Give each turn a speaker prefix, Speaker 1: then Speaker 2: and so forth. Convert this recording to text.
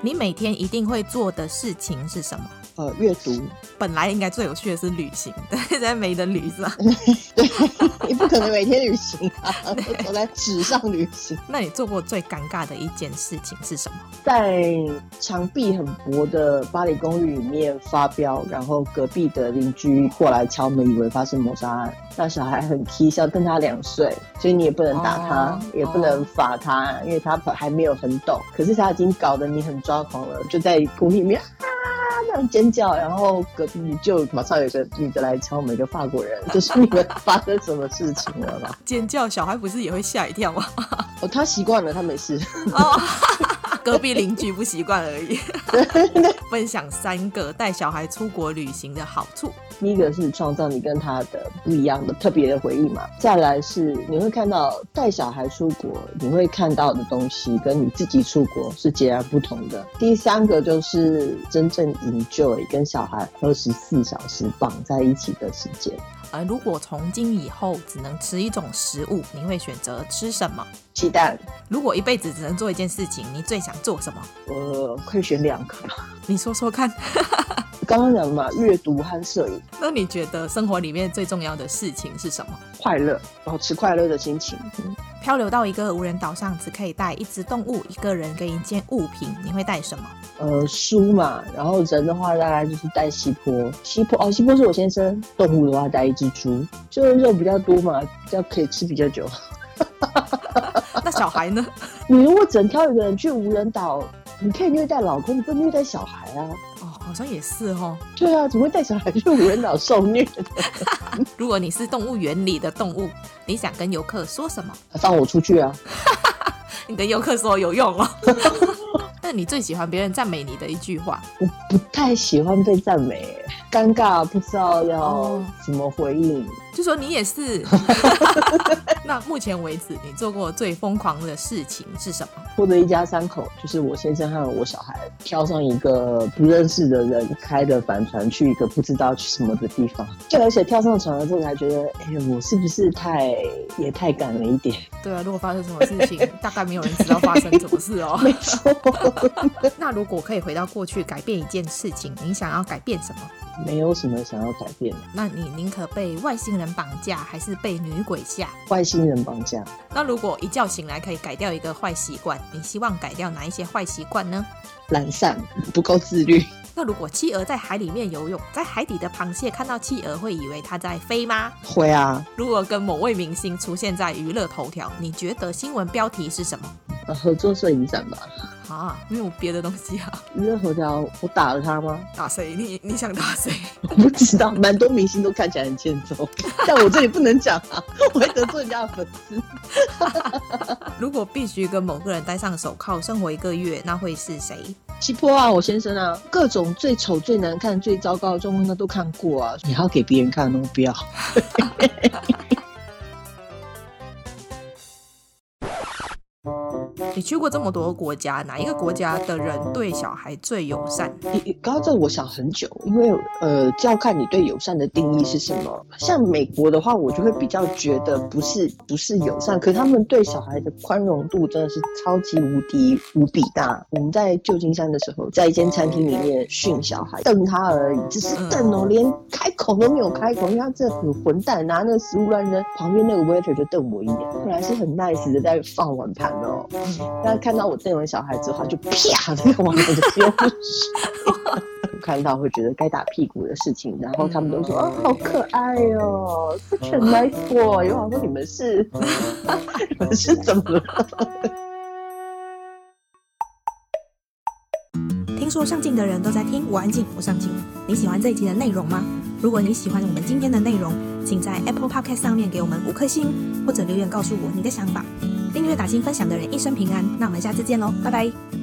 Speaker 1: 你每天一定会做的事情是什么？
Speaker 2: 呃，阅读，
Speaker 1: 本来应该最有趣的是旅行， 但是现在没得旅上。
Speaker 2: 你不可能每天旅行啊， 都在纸上旅行。
Speaker 1: 那你做过最尴尬的一件事情是什么？
Speaker 2: 在墙壁很薄的巴黎公寓里面发飙，然后隔壁的邻居过来敲门，以为发生谋杀案。那小孩很皮笑，但他两岁，所以你也不能打他，
Speaker 1: 哦
Speaker 2: 也不能罚他，因为他还没有很懂。可是他已经搞得你很抓狂了，就在公寓里面啊那样尖叫，然后隔壁就马上有一个女的来敲门，一个法国人，就说你们 发生什么事情了吧？
Speaker 1: 尖叫，小孩不是也会吓一跳吗？
Speaker 2: 哦，他习惯了，他没事。
Speaker 1: 哦，隔壁邻居不习惯而已。分享三个带小孩出国旅行的好处。
Speaker 2: 第一个是创造你跟他的不一样的特别的回忆嘛，再来是你会看到带小孩出国，你会看到的东西跟你自己出国是截然不同的。第三个就是真正 enjoy 跟小孩二十四小时绑在一起的时间。
Speaker 1: 呃，如果从今以后只能吃一种食物，你会选择吃什么？
Speaker 2: 鸡蛋，
Speaker 1: 如果一辈子只能做一件事情，你最想做什么？
Speaker 2: 我会选两个。
Speaker 1: 你说说看。
Speaker 2: 刚刚讲嘛，阅读和摄影，
Speaker 1: 那你觉得生活里面最重要的事情是什么？
Speaker 2: 快乐，保持快乐的心情。嗯
Speaker 1: 漂流到一个无人岛上，只可以带一只动物、一个人跟一件物品，你会带什么？
Speaker 2: 呃，书嘛，然后人的话大概就是带西坡，西坡哦，西坡是我先生。动物的话带一只猪，就是肉比较多嘛，比较可以吃比较久。
Speaker 1: 那小孩 呢？
Speaker 2: 你如果整挑一个人去无人岛，你可以虐待老公，你不能虐待小孩啊。
Speaker 1: 哦，好像也是哦。
Speaker 2: 对啊，怎么会带小孩去无人岛受虐？
Speaker 1: 如果你是动物园里的动物，你想跟游客说什么？
Speaker 2: 放我出去啊！
Speaker 1: 你跟游客说有用 哦。那你最喜欢别人赞美你的一句话？
Speaker 2: 我不太喜欢被赞美，尴尬，不知道要
Speaker 1: 哦
Speaker 2: 怎么回应。
Speaker 1: 就说你也 是。那目前为止，你做过最疯狂的事情是什么？
Speaker 2: 或者一家三口，就是我先生和我小孩，挑上一个不认识的人开的帆船去一个不知道去什么的地方。就而且跳上船了之后，才觉得，哎、我是不是太也太赶了一点？
Speaker 1: 对啊，如果发生什么事情，大概没有人知道发生什么事 哦。
Speaker 2: 没错，
Speaker 1: 那如果可以回到过去改变一件事情，你想要改变什么？
Speaker 2: 没有什么想要改变的。
Speaker 1: 那你宁可被外星人绑架，还是被女鬼吓？
Speaker 2: 外星人绑架，
Speaker 1: 那如果一觉醒来可以改掉一个坏习惯，你希望改掉哪一些坏习惯呢？
Speaker 2: 懒散，不够自律。
Speaker 1: 那如果企鹅在海里面游泳，在海底的螃蟹看到企鹅会以为它在飞吗？
Speaker 2: 会啊，
Speaker 1: 如果跟某位明星出现在娱乐头条，你觉得新闻标题是什么？
Speaker 2: 呃合作摄影展吧。
Speaker 1: 啊，没有别的东西啊，
Speaker 2: 娱乐头条，我打了他吗？
Speaker 1: 打谁？你你想打谁？
Speaker 2: 我不知道，蛮多明星都看起来很欠揍，但我这里不能讲啊，我会得罪人家的粉丝。
Speaker 1: 如果必须跟某个人戴上手铐生活一个月，那会是谁？
Speaker 2: 西坡啊，我先生啊，各种最丑、最难看、最糟糕的状况他都看过啊，你还要给别人看哦，不要。
Speaker 1: 你去过这么多国家，哪一个国家的人对小孩最友善？
Speaker 2: 你你刚刚这我想很久，因为呃，就要看你对友善的定义是什么。像美国的话，我就会比较觉得不是不是友善，可是他们对小孩的宽容度真的是超级无敌无比大。我们在旧金山的时候，在一间餐厅里面训小孩，瞪他而已，只是瞪哦，连开口都没有开口，因为他这很混蛋，拿那个食物乱扔。旁边那个 waiter 就瞪我一眼，后来是很 nice 的在放碗盘的哦。那看到我瞪完小孩之后，他就啪那个碗盘就丢出去。看到会觉得该打屁股的事情，然后他们都说啊、好可爱哦，such a nice boy。我想说你们是你们是怎么了？
Speaker 1: 听说上镜的人都在听，我安静，我上镜。你喜欢这一集的内容吗？如果你喜欢我们今天的内容，请在 Apple Podcast 上面给我们五颗星，或者留言告诉我你的想法。订阅、打新、分享的人一生平安。那我们下次见喽，拜拜。